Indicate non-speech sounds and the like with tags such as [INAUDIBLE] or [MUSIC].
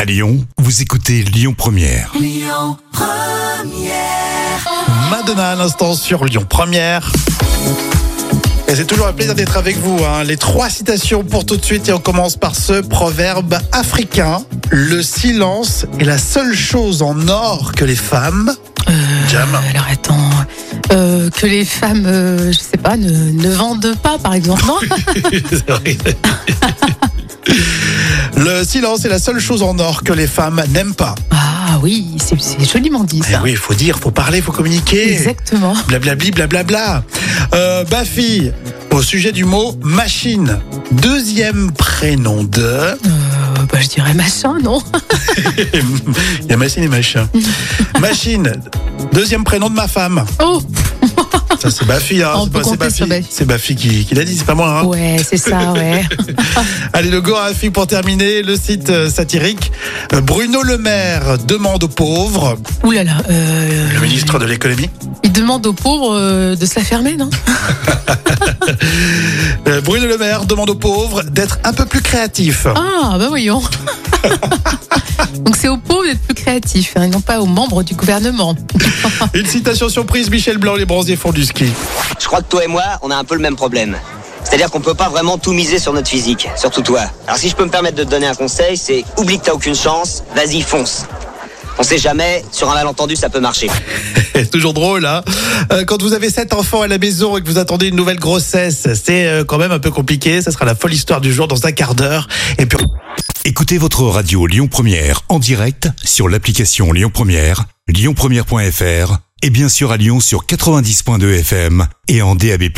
À Lyon, vous écoutez Lyon Première. Madonna à l'instant sur Lyon Première. Et c'est toujours un plaisir d'être avec vous. hein. Les trois citations pour tout de suite et on commence par ce proverbe africain. Le silence est la seule chose en or que les femmes. [LAUGHS] Jam. Alors attends, euh, que les femmes, euh, je sais pas, ne, ne vendent pas par exemple, [LAUGHS] non C'est vrai. Le silence est la seule chose en or que les femmes n'aiment pas. Ah oui, c'est c'est joliment dit Eh ça. oui, il faut dire, faut parler, faut communiquer. Exactement. Blablabli, blablabla. Euh, Bafi, au sujet du mot machine, deuxième prénom de. Euh, bah, je dirais machin, non [LAUGHS] Il y a machine et machin. Machine, deuxième prénom de ma femme. Oh Ça, c'est Bafi, hein. On c'est peut pas- c'est compter sur Bafi. Bafi. C'est Bafi qui, qui l'a dit, c'est pas moi, hein. Ouais, c'est ça, [LAUGHS] ouais. Allez, le Gorafi pour terminer, le site euh, satirique. Euh, Bruno Le Maire demande aux pauvres, Ouh là là, euh, le ministre de l'économie. il demande aux pauvres euh, de se la [LAUGHS] fermer, non Euh, Bruno Le Maire demande aux pauvres d'être un peu plus créatifs. Ah, bah voyons [LAUGHS] Donc c'est aux pauvres d'être plus créatifs, hein, et non pas aux membres du gouvernement. Une citation surprise, Michel Blanc, les bronzés font du ski. Je crois que toi et moi, on a un peu le même problème. C'est-à-dire qu'on peut pas vraiment tout miser sur notre physique, surtout toi. Alors si je peux me permettre de te donner un conseil, c'est oublie que t'as aucune chance, vas-y fonce. On sait jamais, sur un malentendu ça peut marcher. C'est toujours drôle, hein Euh, Quand vous avez sept enfants à la maison et que vous attendez une nouvelle grossesse, c'est euh, quand même un peu compliqué. Ça sera la folle histoire du jour dans un quart d'heure. Et puis, Écoutez votre radio Lyon Première en direct sur l'application Lyon Première, lyonpremière.fr et bien sûr à Lyon sur 90.2 FM et en DAB+.